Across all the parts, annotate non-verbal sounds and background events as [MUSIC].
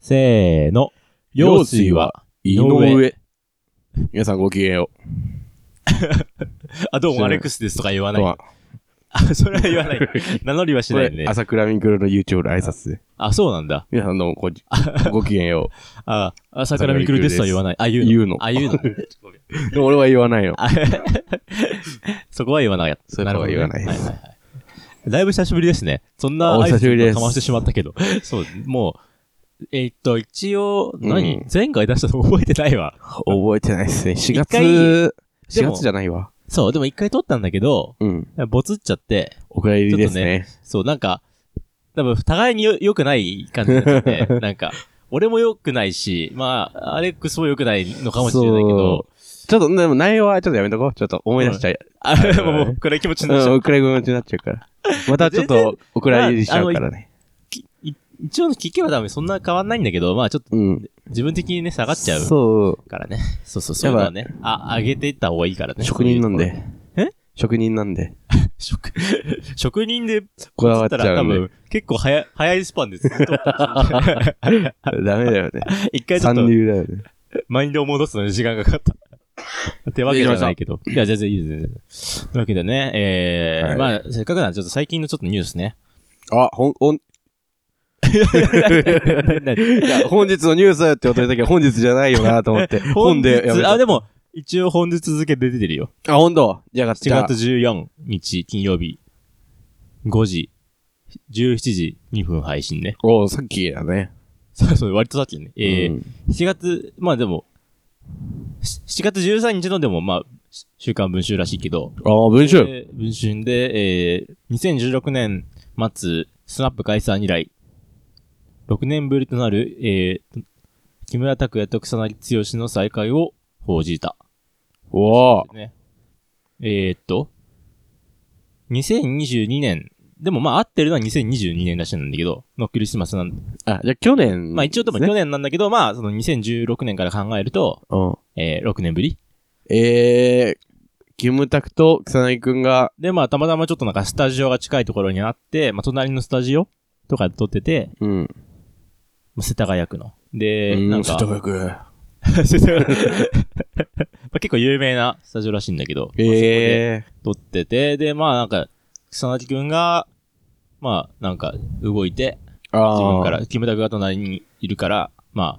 せーの。用水は井井上。 [LAUGHS] 皆さんごきげんよあ、どう知らも、アないレックスですとか言わう。なといは。、あ、それは言わ [LAUGHS] ない。名乗りはしこないれね、。朝倉未来の YouTube の挨拶で。あ、そうなんだ。皆さんどうもこんにちごきげんよあ、朝倉未来ですとは言わない。あ、言うの。言うのあ、言うの。 [LAUGHS] う。 [LAUGHS] でも俺は言わないよ。あそこは言わなかった。そこは言わないるほでどねはいはすいはいだいぶ久しぶりですね。そんなお久しぶりですかましてしまったけど。 [LAUGHS] そう、もう、えーっと、一応、何、うん前回出したの覚えてないわ。覚えてないですね。4一月、回4でも月じゃないわ。そう、でも一回撮ったんだけど、うん。ボツっちゃって、お蔵入りですね。そう、なんか、多分、互いによ良くない感じになっちゃって、 [LAUGHS] なんか、俺も良くないし、まあ、アレックスも良くないのかもしれないけど、ちょっと、でも内容はちょっとやめとこう。ちょっと思い出しちゃう。あ、そうもう、これ気持ちにうなっちゃん、う。お蔵入りになっちゃう [LAUGHS] から。またちょ全っとお蔵入りしちゃうからね。い一応聞けば多分そんな変わんないんだけど、まあちょっとうん。自分的にね、下がっちゃうそう。からね。そうそう、そういうのはね、あ、上げていった方がいいからね。職人なんで。え職人なんで。職、 [LAUGHS] 職人で、こだわっちゃ多うんで。分、結構早い、早いスパンです。 [LAUGHS] ダメだよね。 [LAUGHS] 一回ちょっ [LAUGHS] 三と、流だよね。マインドを戻すのに時間がかか [LAUGHS] った。ってわけじゃないけど。いや、全然いいです。というわけでね、えー、はいまあ、せっかくなんで、ちょっと最近のちょっとニュース [LAUGHS] ね。あ、ほん、ほん、 [LAUGHS] いや、本日のニュースだよってこと言ったけど、本日じゃないよなと思って。本でや [LAUGHS] 本日めたあ、でも、一応本日続けで出てるよ。あ、本当じゃあ、がっ7月14日金曜日、5時、17時2分配信ね。 [LAUGHS] おうさっきだね。そうそう、割とさっきね。えーうん7月、まあでも、し7月13日のでも、まあ、し週刊文集らしいけど、ああ、文春。で文春で、えー、2016年末、スナップ解散以来、6年ぶりとなる、えー、木村拓哉と草薙剛の再会を報じた。おーね。えー、っと、2022年、でもまあ合ってるのは2022年らしいんだけど、のクリスマスなんあ、じゃあ去年。まあ一応でも去年なんだけど、まあその2016年から考えると、うん。えー、6年ぶりえー、キムタクと草薙くんが、で、まあ、たまたまちょっとなんかスタジオが近いところにあって、まあ、隣のスタジオとかで撮ってて、うん。まあ世田谷区の。で、うんなんか、瀬戸川君世田谷区 [LAUGHS] まあ結構有名なスタジオらしいんだけど、まあえそこで撮ってて、で、まあ、なんか、草薙くんが、まあ、なんか、動いて、ー、あ自分あ。から、キムタクが隣にいるから、ま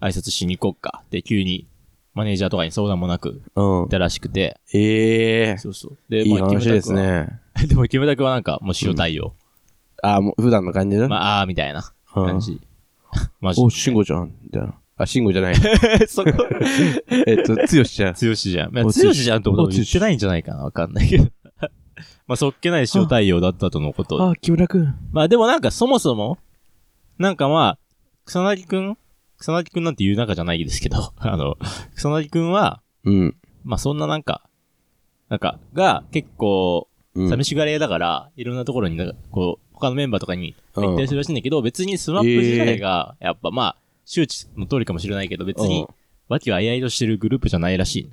あ、挨拶しに行こっか。で、急に、マネージャーとかに相談もなく、うん行っ。たらしくて、ええー。そうそう。で、いいまあ、キムタ話クはです。ね。でも、キムタクは [LAUGHS] なんか、もう塩対応。あー、もう普段の感じだ。まあ、あーみたいな。うん感じ。 [LAUGHS] マジお、慎吾ちゃん、みたいな。あ、慎吾じゃない。で。 [LAUGHS] そこ、 [LAUGHS] えっと、剛ちゃん。強しじゃん。まあ、お強しじゃんってことお言ってないんじゃないかな。わかんないけど。 [LAUGHS] まあ、そっけない塩対応だったとのこと。あ、木村くん。まあ、でもなんかそもそも、なんかまあ、草薙くん草薙くんなんて言う仲じゃないですけど、 [LAUGHS] あの、草薙くんは、うん。まあそんななんか、なんか、が結構、うん寂しがり屋だから、いろんなところになんか、こう、他のメンバーとかにうん行ったりするらしいんだけど、別にスマップ自体が、やっぱまあ、周知の通りかもしれないけど、別に、和気あいあいとしてるグループじゃないらしいね。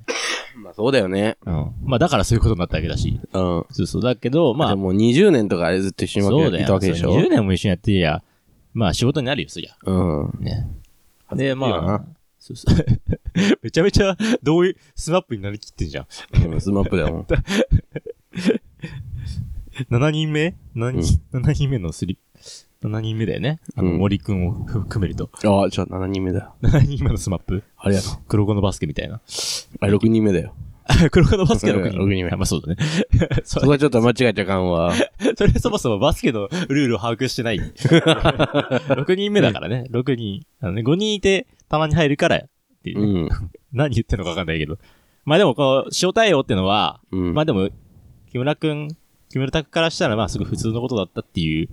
うんまあそうだよね。うん。まあだからそういうことになったわけだし。うん。そうそう。だけど、まであ、も20年とかあれずっと一緒にそうわだけいよ。たわけでしょそれ20年も一緒にやってりゃ、まあ仕事になるよ、そりゃ。うん。ね。で、まいいあな、そうそう [LAUGHS] めちゃめちゃ、どういう、スマップになりきってんじゃん。うんスマッ [LAUGHS] プだもん。 7人目何人、?7 人目のスリ7人目だよね。あの、うん森くんを含めると。あ、じゃあ7人目だ。 7人目のスマップありがとう。黒子のバスケみたいな。 [LAUGHS] あ、6人目だよ。黒子のバスケの6人うん六人目あまあそうだね。そそこはちょっと間違えちゃか [LAUGHS] んわ。それそもそもバスケのルールを把握して [LAUGHS] ない。6人目だからね。6人。あのね、5人いて、たまに入るから、っていううね、ん。何言ってるのかわかんないけど。まあでも、こう、塩対応ってのは、うん。まあでも、木村くん、木村拓からしたら、まあすごい普通のことだったっていう、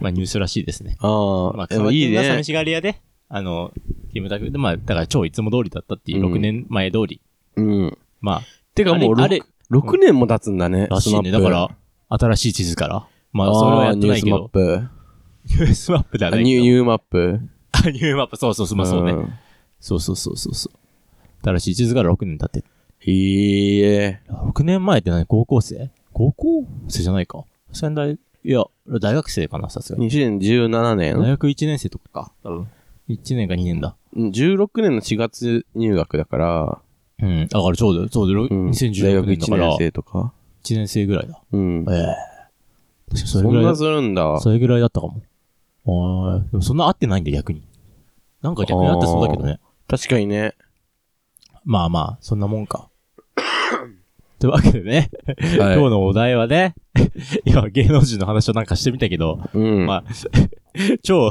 まあニュースらしいですね。あまあ、あ、カでマもキいいンがね寂。しがり屋で、あの、キムタク、で、まあ、だから超いつも通りだったっていう、うん6年前通り。うん。まあ、てかもうあれ 6, 6年も経つんだね。らしいね。スマだッかプら、、新しい地図から。まあ、あそれはやあってニュなーいスけマッど。プ。ニュースマップではあないニューニけど。ューマップ。あニューマップ、そうそうそう、まあそうね。ん。そうそうそうそうそう。新しい地図から6年経って。いいえ。 6年前って何高校生高校生じゃないか。仙台、いや、大学生かな、さすがに。 2017大年学1年生とかか。多分。 1年か2年だ。うん16年の4月入学だから、うん。だからちょうど、ちょうどろ、うん大2016学年だ1から、年1生とか。年生ぐらいだ。うんえ。え確かそれそぐんら、ないするんだ。それぐらいだったかも。ああ、でもそんな合ってないんだ、逆に。なんか逆に合ってそうだけどね。確かにね。まあまあ、そんなもんか。 [COUGHS] というわけでね、は今日のお題はね、 [LAUGHS] 今芸能人の話をなんかしてみたけど、い。うん。まあ、 [LAUGHS] 超、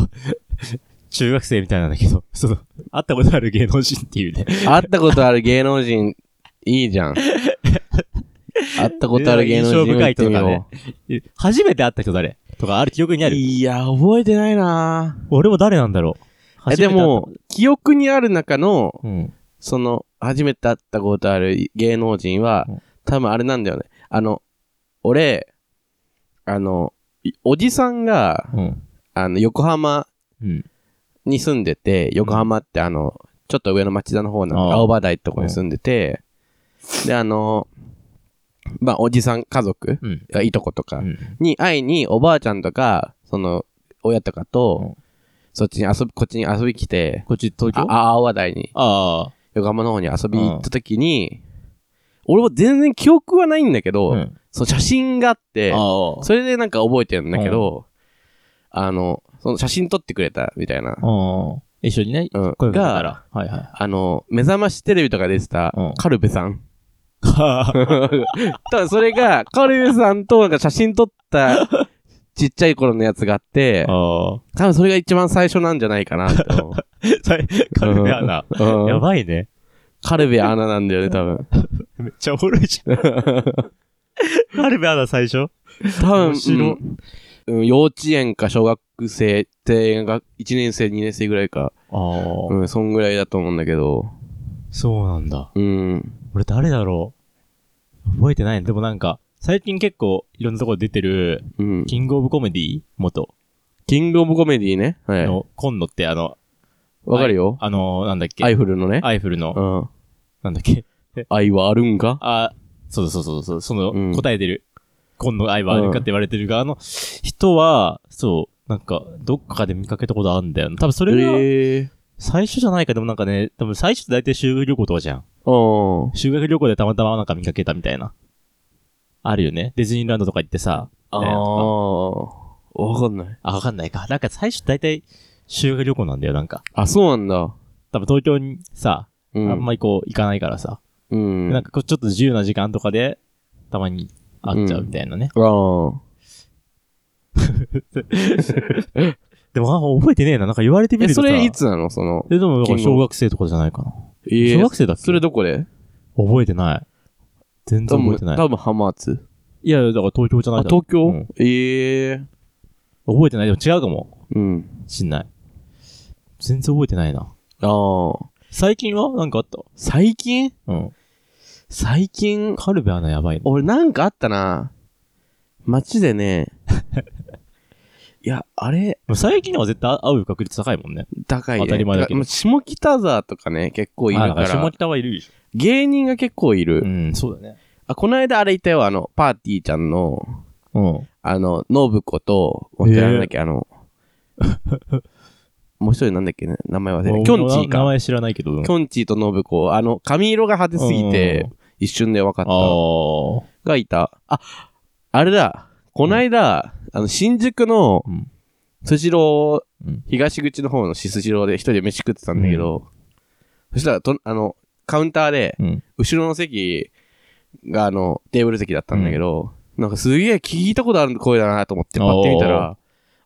中学生みたいなんだけど、 [LAUGHS] その、会ったことある芸能人っていうね。 [LAUGHS] 会ったことある芸能人、いいじゃん。会ったことある芸能人印象深い人とかね言って初めて会った人誰とかある記憶にあみようるいや、覚えてないな俺も誰なんだろうえ、初めでて会ったも、記憶にある中の、うん。その、初めて会ったことある芸能人はうん、多分あれなんだよね。あの、俺、あの、いおじさんが、うん。あの、横浜うん。に住んでて、横浜ってあの、ちょっと上の町田の方のああ青葉台ってとこに住んでて、で、あの、まあ、おじさん家族、うん。いとことうかん。に会いに、おばあちゃんとか、その、親とかと、そっちに遊び、こっちに遊び来て、こっち、東あ京ああ青葉台に、あ横浜の方に遊び行った時に、俺も全然記憶はないんだけど、ー。うん。その写真があって、ああ。それでなんか覚えてるんだけど、あの、その写真撮ってくれたみたいな、ああ。一緒にね、うん声かけたが、ら。はいはい。あの、目覚ましテレビとか出てたうん、カルベさん。 [LAUGHS] はただそれが、カルベさんとなんか写真撮ったちっちゃい頃のやつがあってあ、 [LAUGHS] あ。多分それが一番最初なんじゃないかなって思う。カルベアナ。うんやばいね。カルベアナなんだよね、多分。めっちゃおもろいじ [LAUGHS] ゃん。カルベアナ最初多分、面白いうんうん幼稚園か小学生、低学、1年生、2年生ぐらいか、ああ。うん、そんぐらいだと思うんだけど、そうなんだ。うん、俺誰だろう覚えてないねでもなんか、最近結構いろんなところ出てる、うん。キングオブコメディ元キングオブコメディね。はい。の、今野ってあの、わかるよあの、なんだっけアイフルのね。アイフルのう、なん。んだっけ愛はあるんかあ、そうそうそうそう、その、うん答えてる、今野愛はあるかって言われてる側の人は、そう、なんか、どっかで見かけたことあるんだよな。多分それが、ええ最初じゃないか、でもなんかね、多分最初って大体修学旅行とかじゃん。ー。修学旅行でたまたまなんか見かけたみたいな。あるよね。ディズニーランドとか行ってさ、あねあ。わかんない。あ、わかんないか。なんか最初大体修学旅行なんだよ、なんか。あ、そうなんだ。多分東京にさ、うん。あんまりこう行かないからさ。うん。なんかこうちょっと自由な時間とかで、たまに会っちゃうみたいなね。あーでもあんま覚えてねえな。なんか言われてみえ、るとそさ。れいつなのその。えでもなんか小学生とかじゃないかな。ええ小学生だっけそれどこで覚えてない。全多然覚え分、てない。多分浜松。いや、だから東京じゃなあ、いだろ東京、うんええ覚えてない。でも違うかもうん。しんない。全然覚えてないな。ああ。最近はなんかあった最近うん。最近、カルベアナやばいな。俺なんかあったな。街で [LAUGHS] ね。いや、あれ、もう最近のは絶対会う確率高いもんね。高い、ね。当たり前だけどまあ下北沢とかね、結構いるあかだから下。北はいるでし芸人が結構いる。ょ。うん、そうだね。あ、この間あれいたよ、あの、パーティーちゃんの、うん。あの、信子と、もう一人なんだっけ、あの、 [LAUGHS] もう一人なんだっけね、名前忘れた。キョンチー名か。前知らないけど。キョンチーと信子、あの、髪色が派手すぎうて、一瞬で分かあっーた。がいた。あ、あれだ、この間、あの、新宿のうん、スシローうん、東口の方のしスシローで一人で飯食ってたんだけど、そしたら、と、あの、カウンターで、うん。後ろの席が、あの、テーブル席だったんだけど、なんかすげえ聞いたことある声だなと思って、パッて見たら、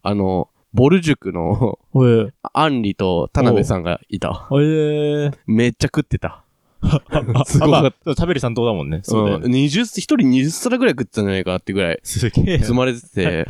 あの、ボル塾の [LAUGHS] おえ、アンリと田辺さんがいた。おえ。 [LAUGHS] めっちゃ食ってた。すすごごかった食べる担当だもんね。そうだよね。ん、20、一人20皿ぐらい食ってたんじゃないかなってぐらい、すげえ。積まれてて。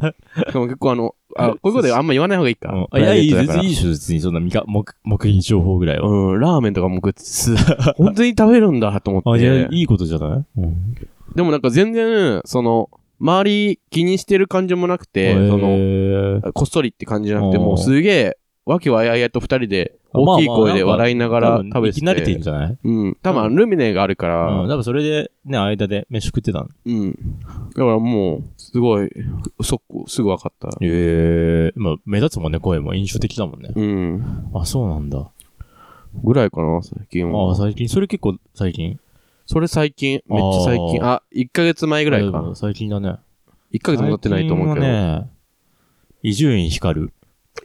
[LAUGHS] しかも結構あの、あ、こういうことであんま言わない方がいいか。うんあいや、いい、プラ全イベートだから然いいでしょ、別に。そんな、みか、目、目撃情報ぐらいは。うん、ラーメンとかも食ってす、 [LAUGHS] 本当に食べるんだと思あ、っいやて、。いいことじゃないうん。でもなんか全然、その、周り気にしてる感じもなくて、その、の、こっそりって感じじゃなくて、おーもうすげえ、わけわいあいあいと二人で大きい声で笑いながら多分食べ生てきて。慣れてんじゃないうん。多分、ルミネがあるかうら、ん。多分それで、ね、間で飯食ってたの。うん。だからもう、すごい、速攻、すぐ分かった。ええまあ、目立つもんね、声も。印象的だもんね。うん。あ、そうなんだ。あぐらいかな、最近は。最近、それ結構最近それ最近、めっちゃ最近。あ、1ヶ月前ぐらいあでもか。最近だね。 1ヶ月も経ってないと思うけど。最近はね、伊集院光。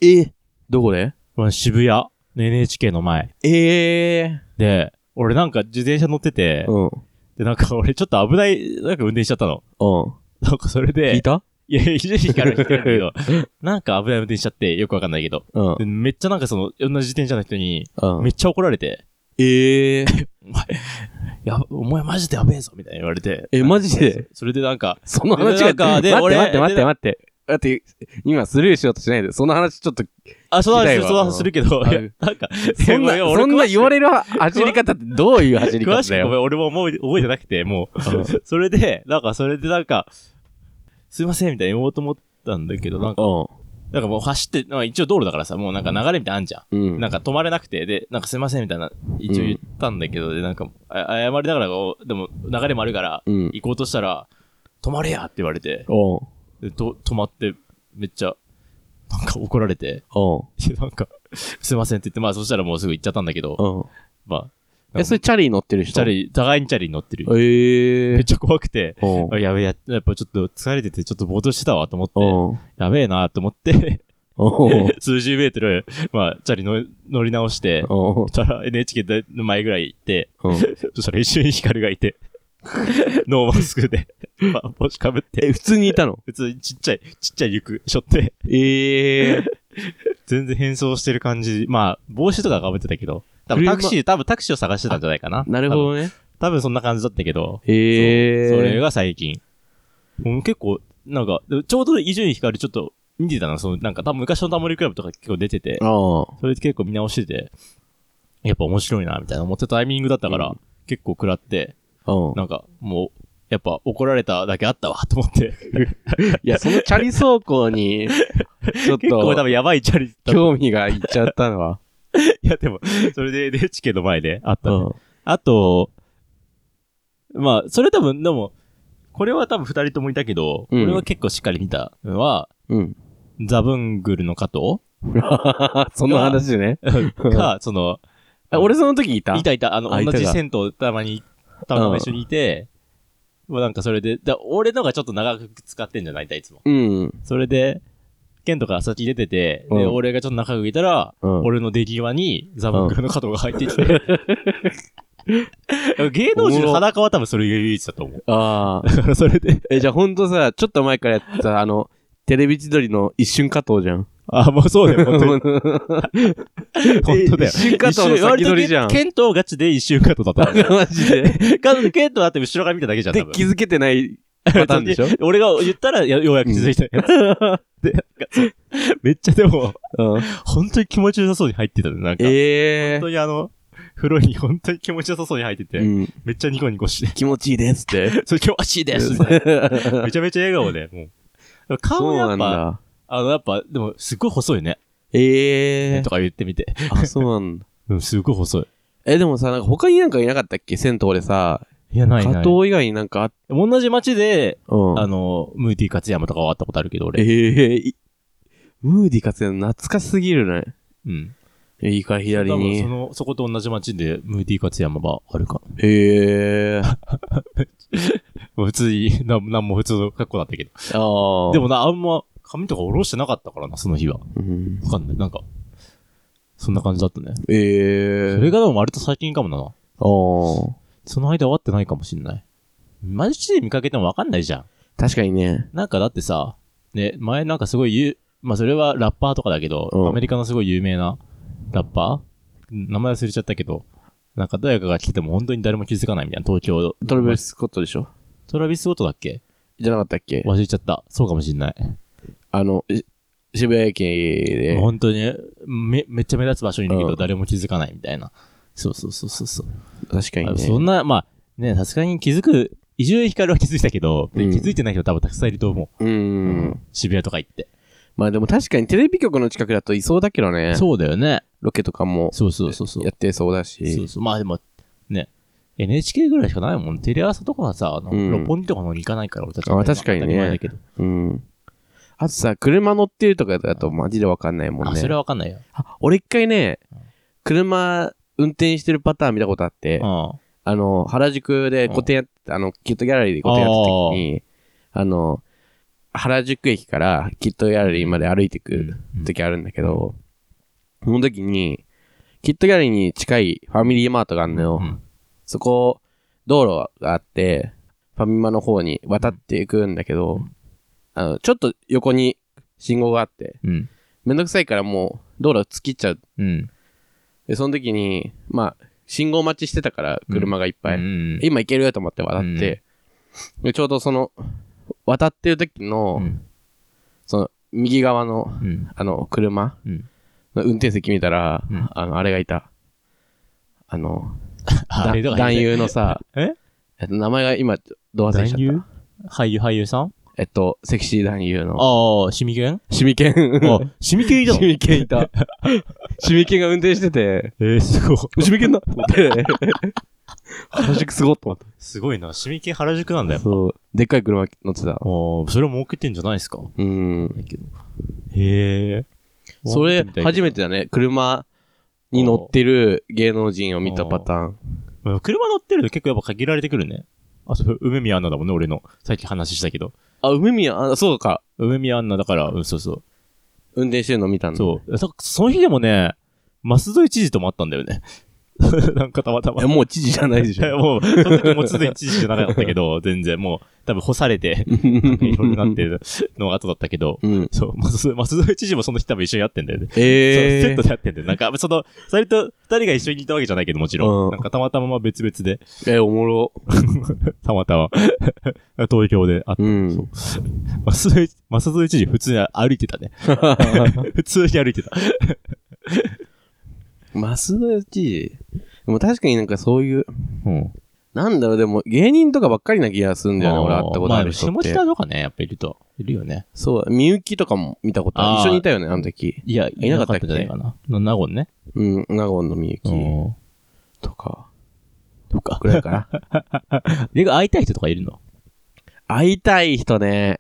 えどこでまあ、渋谷の NHK の前。ええで、俺なんか自転車乗ってて、うん。で、なんか [LAUGHS] 俺ちょっと危ない、なんか運転しちゃったの。うん。なんかそれ聞でい、たいや、伊集院光は聞いて [LAUGHS] るけど、なんか危ない運転しちゃって、よくわかんないけど。うん。でめっちゃなんかその、同じ自転車の人に、うめんっ。ちゃ怒られて、ええいや、お前マジでやべえぞ、みたいに言われて。え、マジでそれでなんか、その話なが、んか待っでて俺待って待って待って。だって、今スルーしようとしないで、その話ちょっと、あ、その聞きたい話、わその話するけど、うんいやなん [LAUGHS] か、そんな、いや俺そんな言わ詳しれる走り方ってどういう走りく詳方しだくごめよ。ん、俺も思い覚えてなくて、もう、 [LAUGHS] それで、なんか、それでなんか、すいません、みたいに言おうと思ったんだけど、なんか、うなんかもう走って、まあ一応道路だからさ、もうなんか流れみたいなのあんじゃん。ん。うん。なんか止まれなくて、で、なんかすいません、みたいな、一応言ったんだけど、で、なんか、あ謝りながら、こうでも、流れもあるから、うん。行こうとしたら、止まれやって言われて、おうでと止まって、めっちゃ、なんか怒られて、おういや [LAUGHS] なんか、すいませんって言って、まあそしたらもうすぐ行っちゃったんだけど、うん。まあ、え、それチャリ乗ってるチ人ャリ、互いにチャリに乗ってる。えめえっちゃ怖くて、おうあやべえ、ややっぱちょっと疲れてて、ちょっとぼーっとしてたわと思って、おうやべえなと思って、おう [LAUGHS] 数十メートル、まあ、チャリの乗り直して、おうそしたら NHK の前ぐらい行って、お [LAUGHS] うそしたら一瞬光がい [LAUGHS] て、ノーマスクで、まあ、帽子かぶって、え、普通にいたの普通にちっちゃい、ちっちゃい行く、しょって、ええ全然変装してる感じ。まあ、帽子とかかぶってたけど、多分車タクシー、多分タクシーを探してたんじゃないかな。なる多分。ほどね。多分そんな感じだったけど、ええそれが最近。もう結構、なんか、ちょうど伊集院光ちょっと見てたな、その、なんか多分昔のタモリクラブとか結構出てて、ああ。それで結構見直してて、やっぱ面白いな、みたいな思ってたタイミングだったから、うん結構食らって、うん。なんか、もう、やっぱ怒られただけあったわ、と思 [LAUGHS] って。いや、そのチャリ走行に、ちょっ結構多と、分やばいチャリだった。興味がいっちゃったのは。いや、でも、それで NHK の前であったうねん。あと、まあ、それ多分、でも、これは多分二人ともいたけど、うん俺は結構しっかり見たのは、うん。ザブングルの加 [LAUGHS] 藤そんな話ね。が、その、あ俺その時いたいたいた、あの、あい同たかじ銭湯たまに、たまに一緒にいて、もうなんかそれで、だ俺のがちょっと長く使ってんじゃないだいつも。うん。それで、ケントから先出てて、で、うん俺がちょっと仲良くいたら、うん俺の出来際にザブングルの加藤が入ってきて、 [LAUGHS] 芸能人の裸は多分それが唯一だと思う。ああ。だからそれで、え、じゃあほんとさ、ちょっと前からやってた、あの、テレビ千鳥の一瞬加藤じゃん。あ、もうそう [LAUGHS] だよ、本当に。本当だよ。一瞬加藤の先取りじ一瞬ゃん割とケントガチで一瞬加藤だった。 [LAUGHS] マジで。加藤、ケントだって後ろから見ただけじゃん、多 [LAUGHS] で、分。気づけてないパター [LAUGHS] ンでしょ俺が言ったらやようやく気づいたやつ。で、なんかそうめっちゃでも、うん。本当に気持ちよさそうに入ってたね、なんか。ええ本当にあの、風呂に本当に気持ちよさそうに入ってて、うん。めっちゃニコニコして、気持ちいいですって。それ気持ちいいですみたい [LAUGHS] なめちゃめちゃ笑顔で、もう。顔そもうやなっんぱ、だ。あの、やっぱ、でも、すっごい細いね。ええとか言ってみて。あ、そうなんだ。うん、すっごい細い。え、でもさ、なんか他になんかいなかったっけ銭湯でさ、いや、な加いない。藤以外になんかあっ同じ町で、うん。あの、ムーティー勝山とかは会ったことあるけど、俺。ええいムーディ活躍懐かしすぎるね。うん。右から左多分そに。の、そこと同じ町で、ムーティー勝山はあるか。へえ。あもう普通に、なんなんも普通の格好だったけど。 [LAUGHS] あ。でもな、あんま、髪とか下ろしてなかったからな、その日は。うん、わかんない。なんか、そんな感じだったね。ええ。それがでも割と最近かもな。ああ。その間終わってないかもしんない。マジで見かけてもわかんないじゃん。確かにね。なんかだってさ、ね、前なんかすごい言う、まあそれはラッパーとかだけど、うんアメリカのすごい有名なラッパーん名前忘れちゃったけど、なんか誰かが来てても本当に誰も気づかないみたいな、東京。トラベルスコットでしょトラビス・ゴットだっけじゃなかったっけ忘れちゃった。そうかもしんない。あの、し渋谷駅で。本当にめ、めっちゃ目立つ場所にいるけうどん誰も気づかないみたいな。そうそうそうそうそう。確かにあね。そんな、まあ、ね、さすがに気づく、伊集院光は気づいたけど、うん気づいてない人多分たくさんいると思うう。ん。渋谷とか行って。まあでも確かにテレビ局の近くだといそうだけどね。そうだよね。ロケとかもそうそうそうそうや。ってそうだし。そうそう。まあでも、ね、NHK ぐらいしかないもん。テレ朝とかはさ、あのうん六本木とかの方に行かないから、俺たちあ確かにね当たり前だけど。うん。あとさ、車乗ってるとかだとマジでわかんないもんあ、ね。それはわかんないよ。あ俺一回ね、車運転してるパターン見たことあって、うん。あの、原宿で個展やって、あの、キットギャラリーで個展やってた時に、あの、原宿駅からキットギャラリーまで歩いてく時あるんだけど、その時に、キットギャラリーに近いファミリーマートがあるのよ。うんそこ、道路があって、ファミマの方に渡っていくんだけど、あの、ちょっと横に信号があって、うん。めんどくさいからもう道路突っ切っちゃう。うん。で、その時に、まあ、信号待ちしてたから、車がいっぱい。うん。今行けるよと思って渡って、でちょうどその、渡ってる時の、うんその、右側の、うん。あの、車、うんの運転席見たら、うんあの、あれがいた。あの、あれだだから男優のさ、ええっと名前が今、どう忘れ男しちゃっ優た。俳優、俳優さんえっと、セクシー男優の、ああ、シミケ [LAUGHS] ンシミケン。あ、シミケンいたのシミケン [LAUGHS] いた。シミケンが運転してて、えー、すごい。シミケンだと思 [LAUGHS] って、 [LAUGHS] 原宿すごっと思って。すごいな。シミケン原宿なんだよ。そう。でっかい車乗ってた。ああ、それ儲けてんじゃないですか。うん。だけど。へえ。それ、初めてだね。車に乗ってる芸能人を見たパターうン。ん車乗ってると結構やっぱ限られてくるね。あ、そう、梅宮アンナだもんね、俺の。さっき話したけど。あ、梅宮、あ、そうか。梅宮アンナだから、うん、そうそう。運転してるの見たんだ。そう。そその日でもね、舛添知事ともあったんだよね。 [LAUGHS] なんかたまたまえ、。もう知事じゃないでしいや [LAUGHS] [LAUGHS] ょ。もう、その時もうすでに知事じゃなかったけど、全然もう、多分干され [LAUGHS] て、なんかいろいろなってるのが後だったけど、うん。そう、舛添舛添知事もその日多分一緒にやってんだよね。えそうセえットでやってんだよ。なんか、その、それと二人が一緒にいたわけじゃないけど、もちろ。うんんなんかたまたままあ別々で、え、おもろ。 [LAUGHS] たまたま、東京で会って。うん。 [LAUGHS] マス添、マス添知事普通に歩いてた [LAUGHS] ね。 [LAUGHS] 普通に歩いてた。増田知事。でも確かになんかそういう、うん。なんだろう、でも芸人とかばっかりな気がするんだよね。俺会ったことある人まあ、っ下て。北とかね、やっぱいると。いるよね。そう、みゆきとかも見たことあーある。一緒にいたよね、あの時。いや、いなかったっけんじゃないかな。の名護ね。うん、納言のみゆきうん。とか。とか。ぐらいかな。で、会いたい人とかいるの [LAUGHS] 会いたい人ね。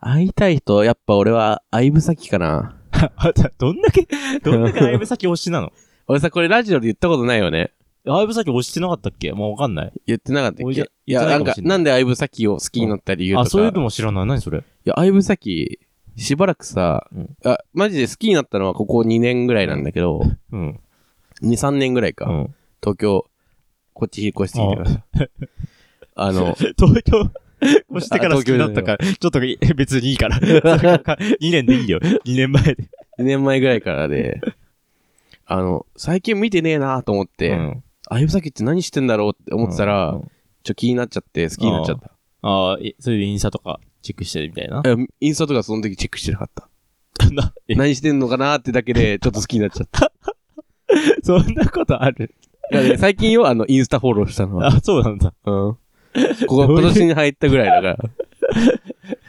会いたい人、やっぱ俺は、相武咲かな。あどんだけ、どんだけ相武先推し [LAUGHS] なの俺さ、これラジオで言ったことないよね。相武先推してなかったっけもうわかんない。言ってなかったっ俺じけゃい言っや、てなないかんもかし、れないなんで相武咲を好きになった理由とか。あ、そういうのも知らない。何それいや、相武咲、しばらくさ、うんあ、マジで好きになったのはここ2年ぐらいなんだけど、うん。 2、3年ぐらいか。うん。東京、こっち引っ越してきてから。 [LAUGHS] あの、東京、越してから好きだったから、ちょっとえ別にいいから。2 [LAUGHS] 年でいいよ。2年前で。 2年前ぐらいからで、あの、最近見てねえなと思って、うん相武咲って何してんだろうって思ってたら、うんちょ、気になっちゃって、好きになっちゃった。ああ、えそれでインスタとかチェックしてるみたいな。えインスタとかその時チェックしてなかった。なえ何してんのかなーってだけで、ちょっと好きになっちゃ [LAUGHS] った。 [LAUGHS] そんなことあるだからね最近よ、あの、インスタフォローしたのは。 [LAUGHS] あ、そうなんだ。うん。ここ、今年に入ったぐらいだから。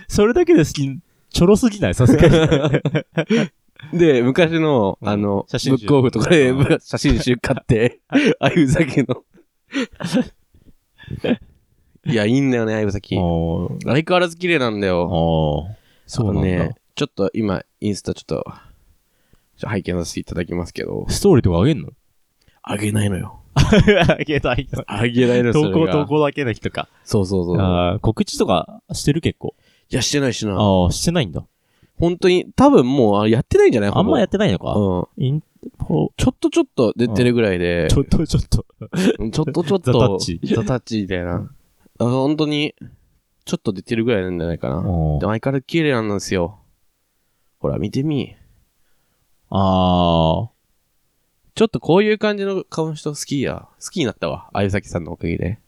それだけで好き、ちょろすぎないさすが [LAUGHS] に。で、昔の、うんあの、ブ写真集ックオフとかでうんぶ写真集買 [LAUGHS] って、あゆざき [LAUGHS] の。いや、いいんだよね、あゆざき。相お [LAUGHS] ー変わらず綺麗なんだよ。おーそうなんあのだね。。ちょっと今、インスタちょっと、ちょ拝見させていただきますけど、ストーリーとかあげんのあげないのよ。あげない [LAUGHS] の。あげないのよ、そ投れ稿が投。稿だけの人か。そうそうそう。あー告知とかしてる結構。いや、してないしな。ああ、してないんだ。本当に、多分もう、あやってないんじゃないあんまやってないのたか。うん。インポ、ちょっとちょっと出てるぐらいで、ちょっとちょっと。うんちょっとちょっと、ザタッチザタッチみたいな。あ本当に、ちょっと出てるぐらいなんじゃないかな。おでーも相変わらず綺麗なんですよ。ほら、見てみ。 [LAUGHS] ああ。ちょっとこういう感じの顔の人好きや。好きになったわ。あゆさきさんのおかげで。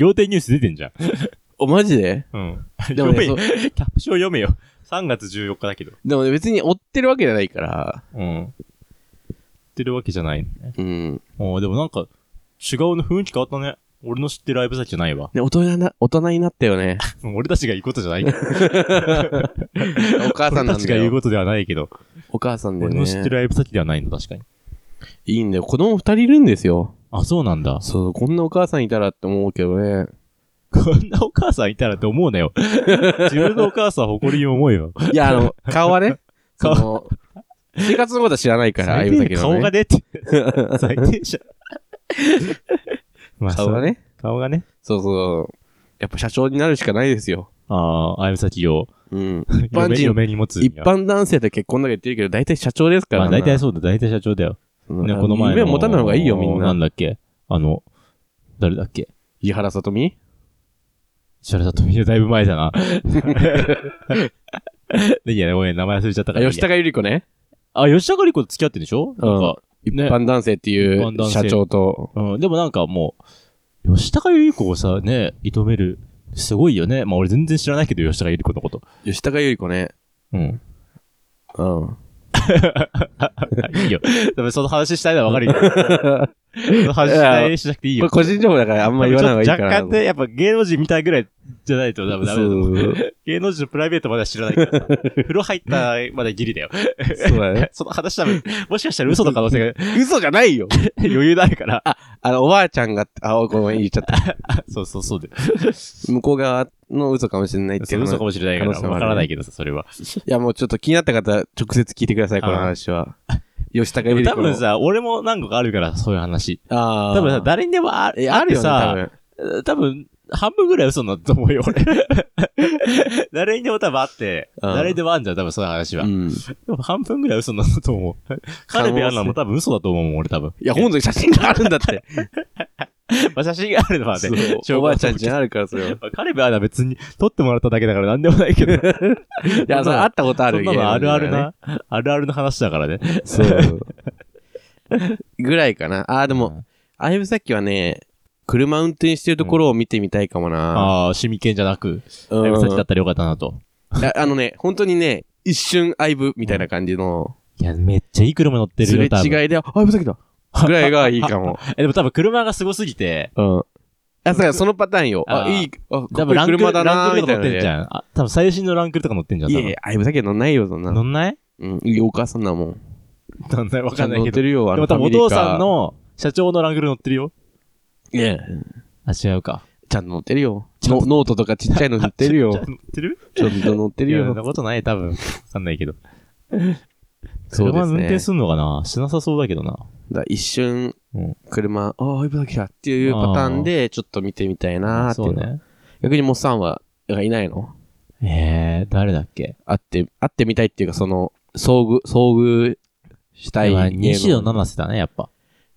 仰天ニュース出てんじゃん。お、マジでうん。でも読ね、そうめよキャプション読めよ。3月14日だけど。でもね別に追ってるわけじゃないから。うん。ってるわけじゃないのね。うん。ああ、でもなんか、違うの雰囲気変わったね。俺の知ってるライブ先じゃないわ。ね、大人な、大人になったよね。俺たちが言うことじゃ [LAUGHS] ない。俺お母さんなたんちだが言うよ。ことではないけど、お母さんで俺ねの。知ってるライブ先ではないの、確かに。いいんだよ。子供二人いるんですよ。あ、そうなんだ。そう、こんなお母さんいたらって思うけ [LAUGHS] どね。こんなお母さんいたらって思うな [LAUGHS] よ。自分のお母さん誇りに思えよ。いや、あの、 [LAUGHS] 顔はね、そ [LAUGHS] 顔の、生活のことは知らないから、あ最ゆ低だけでど顔がね。ね [LAUGHS] って。最低じゃん。まあ顔が。ね。そう顔がね。そうそう。やっぱ社長になるしかないですよ。ああ、あゆさきをうん。一般嫁人、嫁に持つに一は。般男性と結婚とか言ってるけど、大体社長ですからまあな。大体そうだ、大体社長だよ。うん、ね、この前の。夢を持たない方がいいよ、みんなな。んだっけあの、誰だっけ井原さとみ石原さとみのだいぶ前だ [LAUGHS] な。でいいやね、ごめん、名前忘れちゃったからあいいや。吉高由里子ね。あ、吉高里子と付き合ってんでしょうんなんか、一ね般男性ってい一般男う性社長と。うん、でもなんかもう、吉高由里子をさ、ね、射止める、すごいよね。まあ俺全然知らないけど、吉高由里子のこと。吉高由里子ね。うん。 [LAUGHS] うん。いいよ。多分その話したいのはわか [LAUGHS] るよ。その話したいしなくていいこれよ。個人情報だからあんま言わない方がいいからちな。ょっと若干ね、やっぱ芸能人みたいぐらいじゃないと多分ダメだと思う。そう芸能人のプライベートまだ知らないから [LAUGHS] さ。風呂入ったまだギリだよ。そうだね。 [LAUGHS] その話多分、もしかしたら嘘の可能性が嘘じゃないよ余裕ないから。あの、おばあちゃんが、あ、ごめん、言っちゃった。 [LAUGHS] そうそうそうで。向こう側の嘘かもしれないってそいうう。嘘かもしれないから、可能性もあわるねからないけどさ、それは。いや、もうちょっと気になった方、直接聞いてください、この話は。吉高由里多子の。分さ、俺も何個かあるから、そういう話。あー、多分さ、誰にでもあえあるよねさ、多分、半分ぐらい嘘になったと思うよ、俺。 [LAUGHS] 誰にでも多分あって、うん誰にでもあんじゃん、多分そういう話多は。分でうん。いも半分ぐらい嘘になったと思う。カルビアンナも多分嘘だと思うもん、俺多分。や、本当に写真があるんだって。まあ写真があるのはそねう、証拠おばあちゃんじゃあるから、それは。いまあカルビアンナ別に撮ってもらっただけだからなんでもないけ [LAUGHS] ど。や、それ会ったことあそるんな芸の能あるあ人だからるね。な、あるあるの話だからね。そう。ぐらいかな。あー、でうも、んあゆぶさっきはね、車運転してるところを見てみたいかもな。ああ、趣味犬じゃなく、ああゆみさんちだったらよかったなと。ああのね、本当にね、一瞬相部みたいな感じの、いや、めっちゃいい車乗ってするれよ、多分。違いで、あ、相部先だぐらいがいいか [LAUGHS] も。え、でも多分車がすごすぎて、うん。あ、そうやそのパターンよ。ああ、ーいい、あ、多分多分ランクル、車だランクなールみとたか乗っいなてんじね。ゃん。あ、多分最新のランクルとか乗ってんじゃん、い多や分。いや、相部先乗んないよ、そん乗な。んないうん、いいお母さんだもん。乗んないわかんない乗けってど。でるよ、あのも多分おファミリー父カーさん。の社長のランクル乗ってるよ。いや、あ、違うか。ちゃんと乗ってるよ。ちゃんのとノートとかちっちゃいの乗ってる [LAUGHS] 乗よ。ってるちょっと乗っているや、そんよ。なことない、多分。わかんないけど。そ車うで運す転ね。すんのかなしなさそうだけどな。だ一瞬うん、車、ああ、相部先だっていうパターンで、ちょっと見てみたいなーっていそううのは。ね。逆にモッサンは、なんかいないのえー、誰だっけ会って、会ってみたいっていうか、その、遭遇、遭遇したいまあ芸能西野七瀬だね、やっぱ。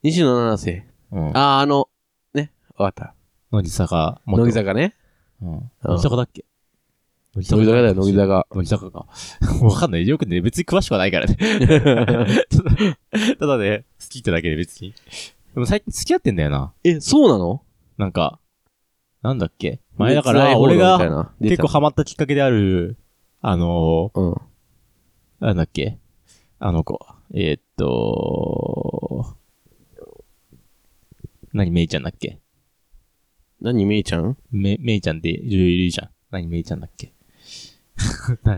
西野七瀬。うん。あー、あの、ね、わかっ乃木坂た。元。乃木坂ね。うん。うん乃木坂だっけ乃木乃木坂だよ、乃木坂。坂。乃木坂か。 [LAUGHS] わかんない。よくね、別に詳しくはない [LAUGHS] からね。 [LAUGHS] ただただね、好きってだけで別に。でも最近付き合ってんだよな。え、そうなのなんか、なんだっけ前だから、俺が、結構、ハマったきっかけである、あのうん。ー、なんだっけあの子。えーっと、何、めいちゃんだっけ何、めいちゃんめ、めいちゃんっているいるじゃん。何めいちゃんだっ [LAUGHS] け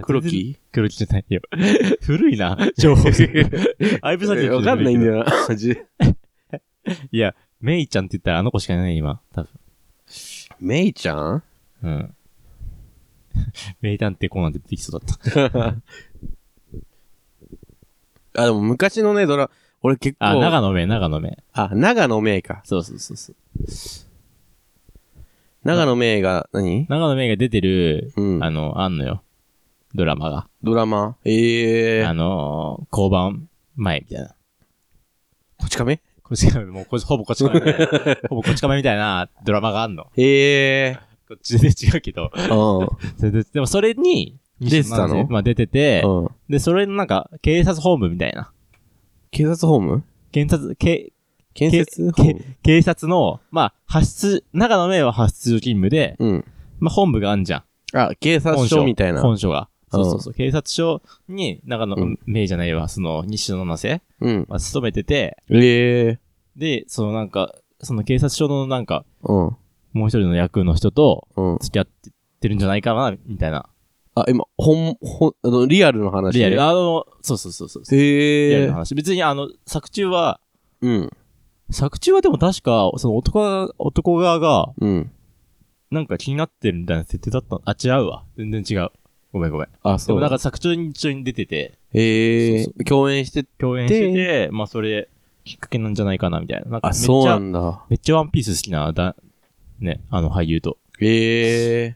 黒全然木黒木じゃないよ。 [LAUGHS] 古いな、情 [LAUGHS] 報。アイブサキえわかんないんだよな。マジでいや、めいちゃんって言ったらあの子しかいない、今。多分。めいちゃんうん。 [LAUGHS] めいたんってこうなんて出てきそうだった。あ、でも昔のね、ドラ、俺結構、あ、長野め、長野め。あ長野めいか。そうそうそうそう。長野めいが何、長野めが出てる、うん。あの、あんのよ。ドラマが。ドラマええあー。のー、交番前みたいな。こち亀こっち亀、もうこほぼこっち亀み [LAUGHS] たいな。ほぼこっち亀みたいなドラマがあんの。[LAUGHS] ええこっちで違うけ [LAUGHS] ど。ー。うん。それででもそれに、出て西野たの七瀬まあ出てて、うん。で、それのなんか、警察本部みたいな。警察ホーム警察、け建設ホーム警察の、まあ、発出、長野名は発出勤務で、うん。まあ、本部があんじゃん。あ、警察本署みたいな。本署が。そううんそうそう。警察署に、長野うん名じゃないわ、その、西野七瀬うん。まあ、勤めてて、ええで、そのなんか、その警察署のなんか、うん。もう一人の役の人とうん。付き合ってるんじゃないかな、みたいな。あ、今、ほん、ほん、あの、リアルの話。リアル。あの、そうそうそうそう。リアへルえの。話。別にあの、作中は、うん。作中はでも確か、その男が、男側が、うん。なんか気になってるみたいな設定だったの。あ、違うわ。全然違う。ごめんごめん。あ、でそもう。なんか作中に一緒に出てて、へえそ。共演して、共演してて、まあそれ、きっかけなんじゃないかな、みたいな。なんかめあ、っちそうなゃ、んだ。めっちゃワンピース好きな、だ、ね、あの俳優と。へえ。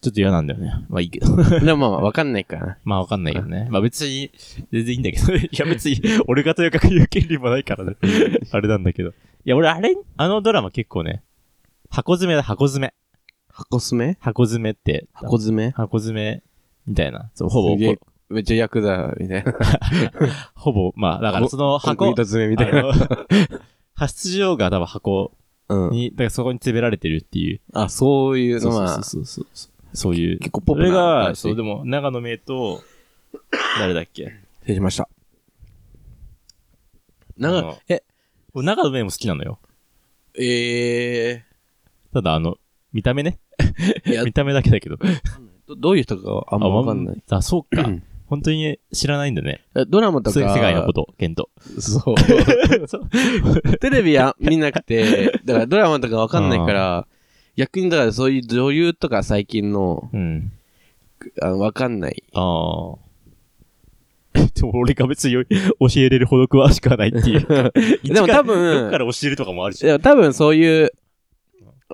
ちょっと嫌なんだよね。まあいいけど。でもまあ、わかんない [LAUGHS] からな。まあわかんないけどね。まあ別に、全然いいんだけど。い [LAUGHS] や別に、俺がとやかく言う権利もないからね。あれなんだけど。いや俺あれ、あのドラマ結構ね、箱詰めだ、箱詰め。箱詰め箱詰めって、箱詰め箱詰めみたいな。そう、ほぼすげ、えめっちゃヤクザみたいな。ほぼ、まあだからそのコンクリ箱ート、詰めみたいあな。の [LAUGHS] 発出場が多分箱うん。に、だからそこに詰められてるっていう。あ、そういうそうのそうは、そうそうそう。そういう。結構ポップそなれが、話そう、でも、長野名と、誰だっけ失礼しました。あなんのか、え、俺長野名も好きなのよ。えただ、あの、見た目ね。ー、いや見た目だけだけど。ど、どういう人かがあんまわかんない。あ、あそうか。本当に知らないんだね。えドラマとか、そういう世界のこと、ケント。そう。 [LAUGHS] そうテレビや見なくて、 [LAUGHS] だからドラマとかわかんないから、逆にだからそういう女優とか最近の、うん。あのわかんない。ああ。 [LAUGHS] でも俺が別によ教えれるほど詳しくはないっていう。 [LAUGHS] でも多分どっから教えるとかもあるし。いや多分そういう、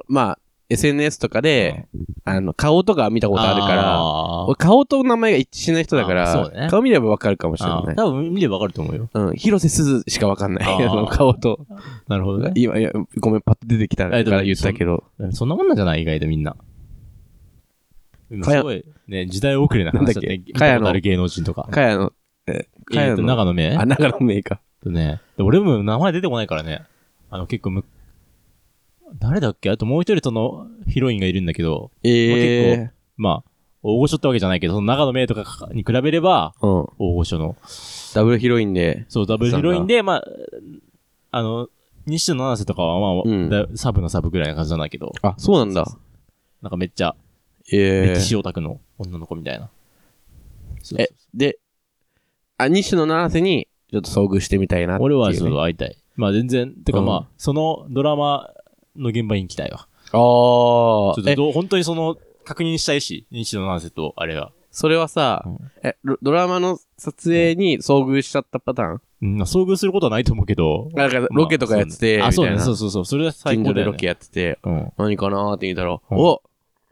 まあ、SNS とかで、あの、顔とかは見たことあるから、あー俺顔と名前が一致しない人だかあそうら、ね顔見ればわかるかもしれあーない。多分見ればわかると思うよ。うん、広瀬すずしかわかんない。あ [LAUGHS] あーの顔と。なるほどね。今、いや、ごめん、パッと出てきたから言ったけど。そんなもんなんじゃない意外とみんな。でもかやすごい、ね、時代遅れな話だね。なんだっけかやのある芸能人とか。かやの、え、かえやーとの、長野名あ、長野名か。とね、で俺も名前出てこないからね。あの、結構む、誰だっけあともう一人そのヒロインがいるんだけど、ええまあ、大御所ってわけじゃないけど、その長野名とかに比べれば、うん。大御所の。ダブルヒロインで、そう、ダブルヒロインで、まあ、あの、西野七瀬とかは、まあ、うんだサブのサブぐらいな感じなんだけど、あ、そうなんだ。なんかめっちゃ、ええ歴史オタクの女の子みたいな。そうそうえ、で、あ、西野七瀬に、ちょっと遭遇してみたいなっていう俺ね、はちょっと会いたい。まあ全然、てかまあ、うんそのドラマの現場に行きたいわ。あちょっとあ、え、どう本当にその、確認したいし、西野七瀬と、あれが。それはさ、うんえ、ドドラマの撮影に遭遇しちゃったパターン、うん、遭遇することはないと思うけど。なんかロケとかやってて、まあそうねみあ、たそういね、そなうそうそう。それは最近高所だでよ、ロね。ケやってて、うん。何かなーって見たら、うんお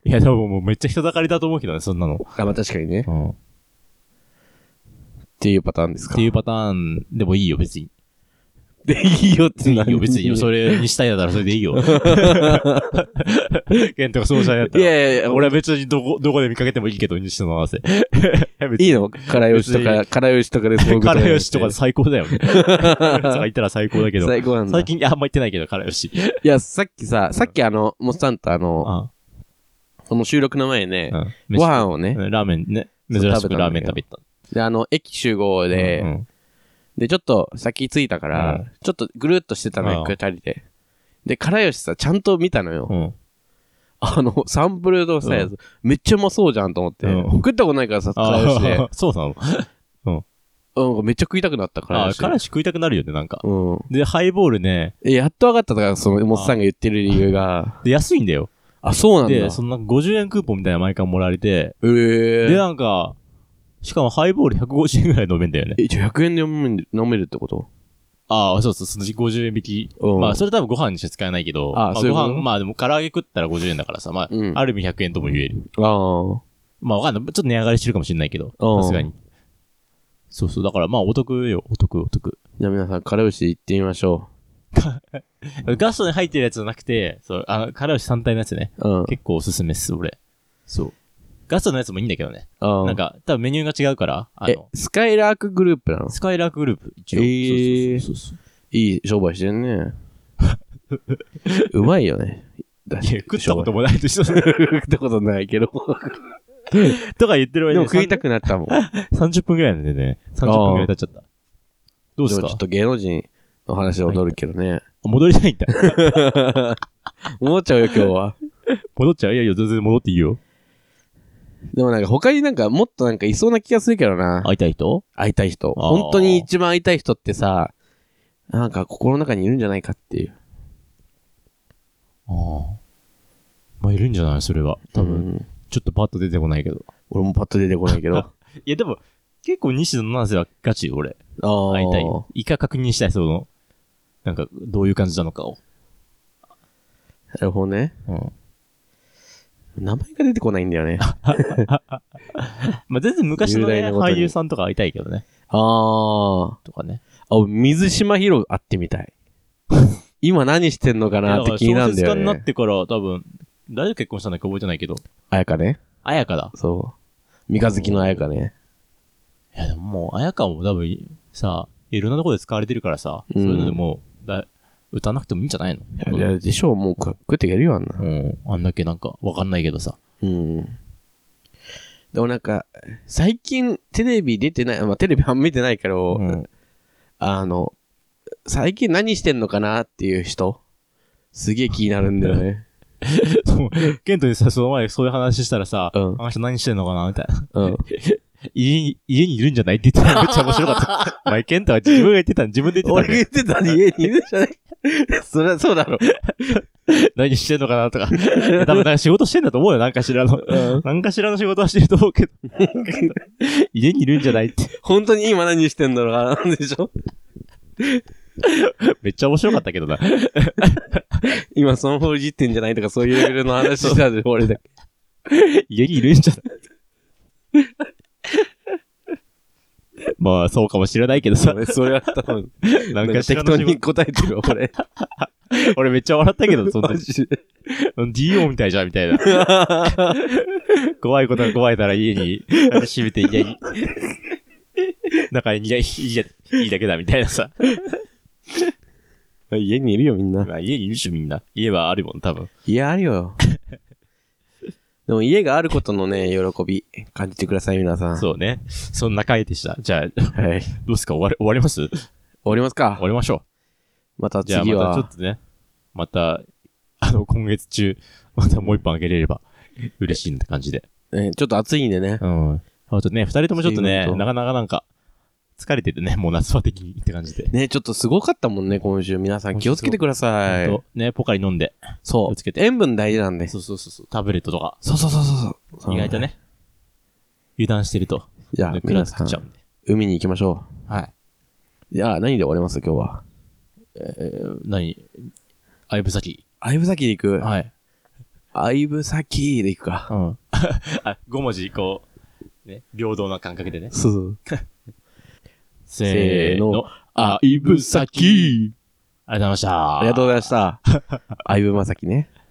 いや、でももうめっちゃ人だかりだと思うけどね、そんなの。あ、まあ確かにね。っうん。っていうパターンですか。ていうパターンでもいいよ、別に。で、いいよっていいよ、別に。それ。れにしたいならそれでいい [LAUGHS] よ。ケントがそうじゃんやったいら。やいやいや、俺俺、は別にどこ、どこで見かけてもいいけど、西野 [LAUGHS] 七瀬。別にいいのからよしとか、からよしとかで遭遇からよしとかす。最高だよね。行ったら最高だけど。最高なんだ最。近、あんま行ってないけど、からよし。いや、さっきさ、さっきあの、モスさんとあの、あその収録の前ねう、ん。飯ご飯をね、うんラーメンね。そ珍うしくラーメン食べた。で、あの、駅集合で、うんで、ちょっと先着いたかうら、ちょっとぐるっとしてたのうよ、ん二人で。で、からよしさ、ちゃんと見たのよ。うん。あの、サンプルのさ、やつめっちゃうまそうじゃんと思って。うん食ったことないからさ、からよしで。あ [LAUGHS] そうなのうん、めっちゃ食いたくなったからあよあ、し。からし食いたくなるよね、なんか。うん。で、ハイボールね、え、やっと分かったとから、その、モスさんが言ってる理由が。で安いんだよ。あ、そうなんだ。で、そのなんか50円クーポンみたいなの毎回もらえて、えー、で、なんか、しかもハイボール150円ぐらい飲めんだよね。え、じゃあ100円で飲める飲めるってことああ、そうそう、その50円引き。うんまあ、それ多分ご飯にしか使えないけど、あまそういうごこと飯、まあでも唐揚げ食ったら50円だからさ、まあう、んある意味100円とも言える。あまあわかんない。ちょっと値上がりしてるかもしれないけど、うんさすがに。そうそう、だからまあお得よ、お得、お得。あ。じゃあ皆さん、からよし行ってみましょガストに入ってるやつじゃなくて、そう、あの、からし単体のやつね。う。うん。結構おすすめっす、俺。そう。ガストのやつもいいんだけどね。あなんか、多分メニューが違うから、あえの、、スカイラークグループなのスカイラークグループ、一応。えーそうそうそういい商売してんね。うまいよね。だそう。いや、食ったことも。もないでしょ。 [LAUGHS] 食ったことないけど。とか言ってる間でもに食いたくなったもん。 30分ぐらいなんでね、30分ぐらい経っちゃった。どうでですもかちょっと芸能人、お話で踊るけどね。戻りたいんだ。思っちゃうよ、今日は。戻っちゃういやいや、全然戻っていいよ。でもなんか他になんかもっとなんかいそうな気がするけどな。会いたい人会いたい人。あー本当に一番会いたい人ってさ、なんか心の中にいるんじゃないかっていう。ああ。まあ、いるんじゃないそれは。多分、うんちょっとパッと出てこないけど。俺もパッと出てこないけど。あいや、でも、結構西野七瀬はガチよ、俺。あ。 [LAUGHS] 会いたい。一回確認したい、その、なんか、どういう感じなのかを。なるほどね。うん。名前が出てこないんだ [LAUGHS] よね。あまあ、全然昔の、雄ね、大なことに俳優さんとか会いたいけどね。あ。とかね。あ、俺水島ヒロ会ってみた [LAUGHS] い。今何してんのかなって気になる小んだよ説家になねっ。てから、多分、誰と結婚したんだっけ覚えてないけど。綾香ね。綾香だ。そう。三日月の綾香ね。いや、でももう、綾香も多分、さ、いろんなところで使われてるからさ、うんそういうのでもう、だ歌わなくてもいいんじゃないのいや、でしょう、もう食っていけるよ、あんなう。ん。あんだけなんか、わかんないけどさ。うん。でもなんか、最近テレビ出てない、まあテレビあんま見てないけど、うんあの、最近何してんのかなっていう人、すげえ気になるんだよね。 [LAUGHS] そうケントにさ、その前そういう話したらさ、うんあの人何してんのかなみたいな。うん。 [LAUGHS] 家に、家にいるんじゃないって言ってたのめっちゃ面白か [LAUGHS] った。前、ケントは自分が言ってたの、自分で言って [LAUGHS] 俺たがの言ってたに家にいるじゃない [LAUGHS] そりゃそうだろ。何してんのかなとか。いや多分なんか仕事してんだと思うよ、なんかしらの。うんなんかしらの仕事はしてると思う [LAUGHS] けど。家にいるんじゃないって。本当に今何してんだろうな、なんでしょめっちゃ面白かったけどな。今その方いじってんじゃないとかそういうレベルの話したで、俺だけ。家にいるんじゃない [LAUGHS] まあ、そうかもしれないけどさ。俺それは多分、なんなんかか適適当当にに。答えてるわ、俺。俺めっちゃ笑ったけど、 [LAUGHS] そのマ時。ジで。 DO みたいじゃん、みたいな。怖いことが怖いから家に、なんか閉めて家に。中にいやいいやいいだけだ、みたいなさ。家にいるよ、みんな。まあ、家にいるし、みんな。家はあるもん、多分。いや、あ [LAUGHS] るよ。でも家があることのね、喜び、感じてください、皆さん。そうね。そんな回でした。じゃあ、どはい。終うすか終わり、終わります終わりますか。わりましょう。またじゃあ、次またちょはっ、とね、また、あの、今月中、またもう一本あげれれば、嬉しいって感じで。えちょっと暑いんでね。うん。あとね、二人ともちょっとねそういうこ、となかなかなんか、疲れててね、もう夏場的にって感じで。ね、ちょっとすごかったもんね、今週。皆さん気をつけてくださほんいと。ね、ポカリ飲んで、そ気をうつけ。て塩分大事なんで。そそうそうそうそう、タブレットとか、うそうそうそうそう。意外とね、油断してると、じゃあね、皆暗さくんっちゃ、うんで。海に行きましょはい。う。じゃあ、何で終わります今日は。何相武先。相武先で行く。はい。相武先で行くか。うん。 [LAUGHS] あ、5文字、こう、ね、平等な感覚でね。そうそう。せーの。あ、相武先ありがとうございました。 [LAUGHS] ありがとうございました。相武正樹ね。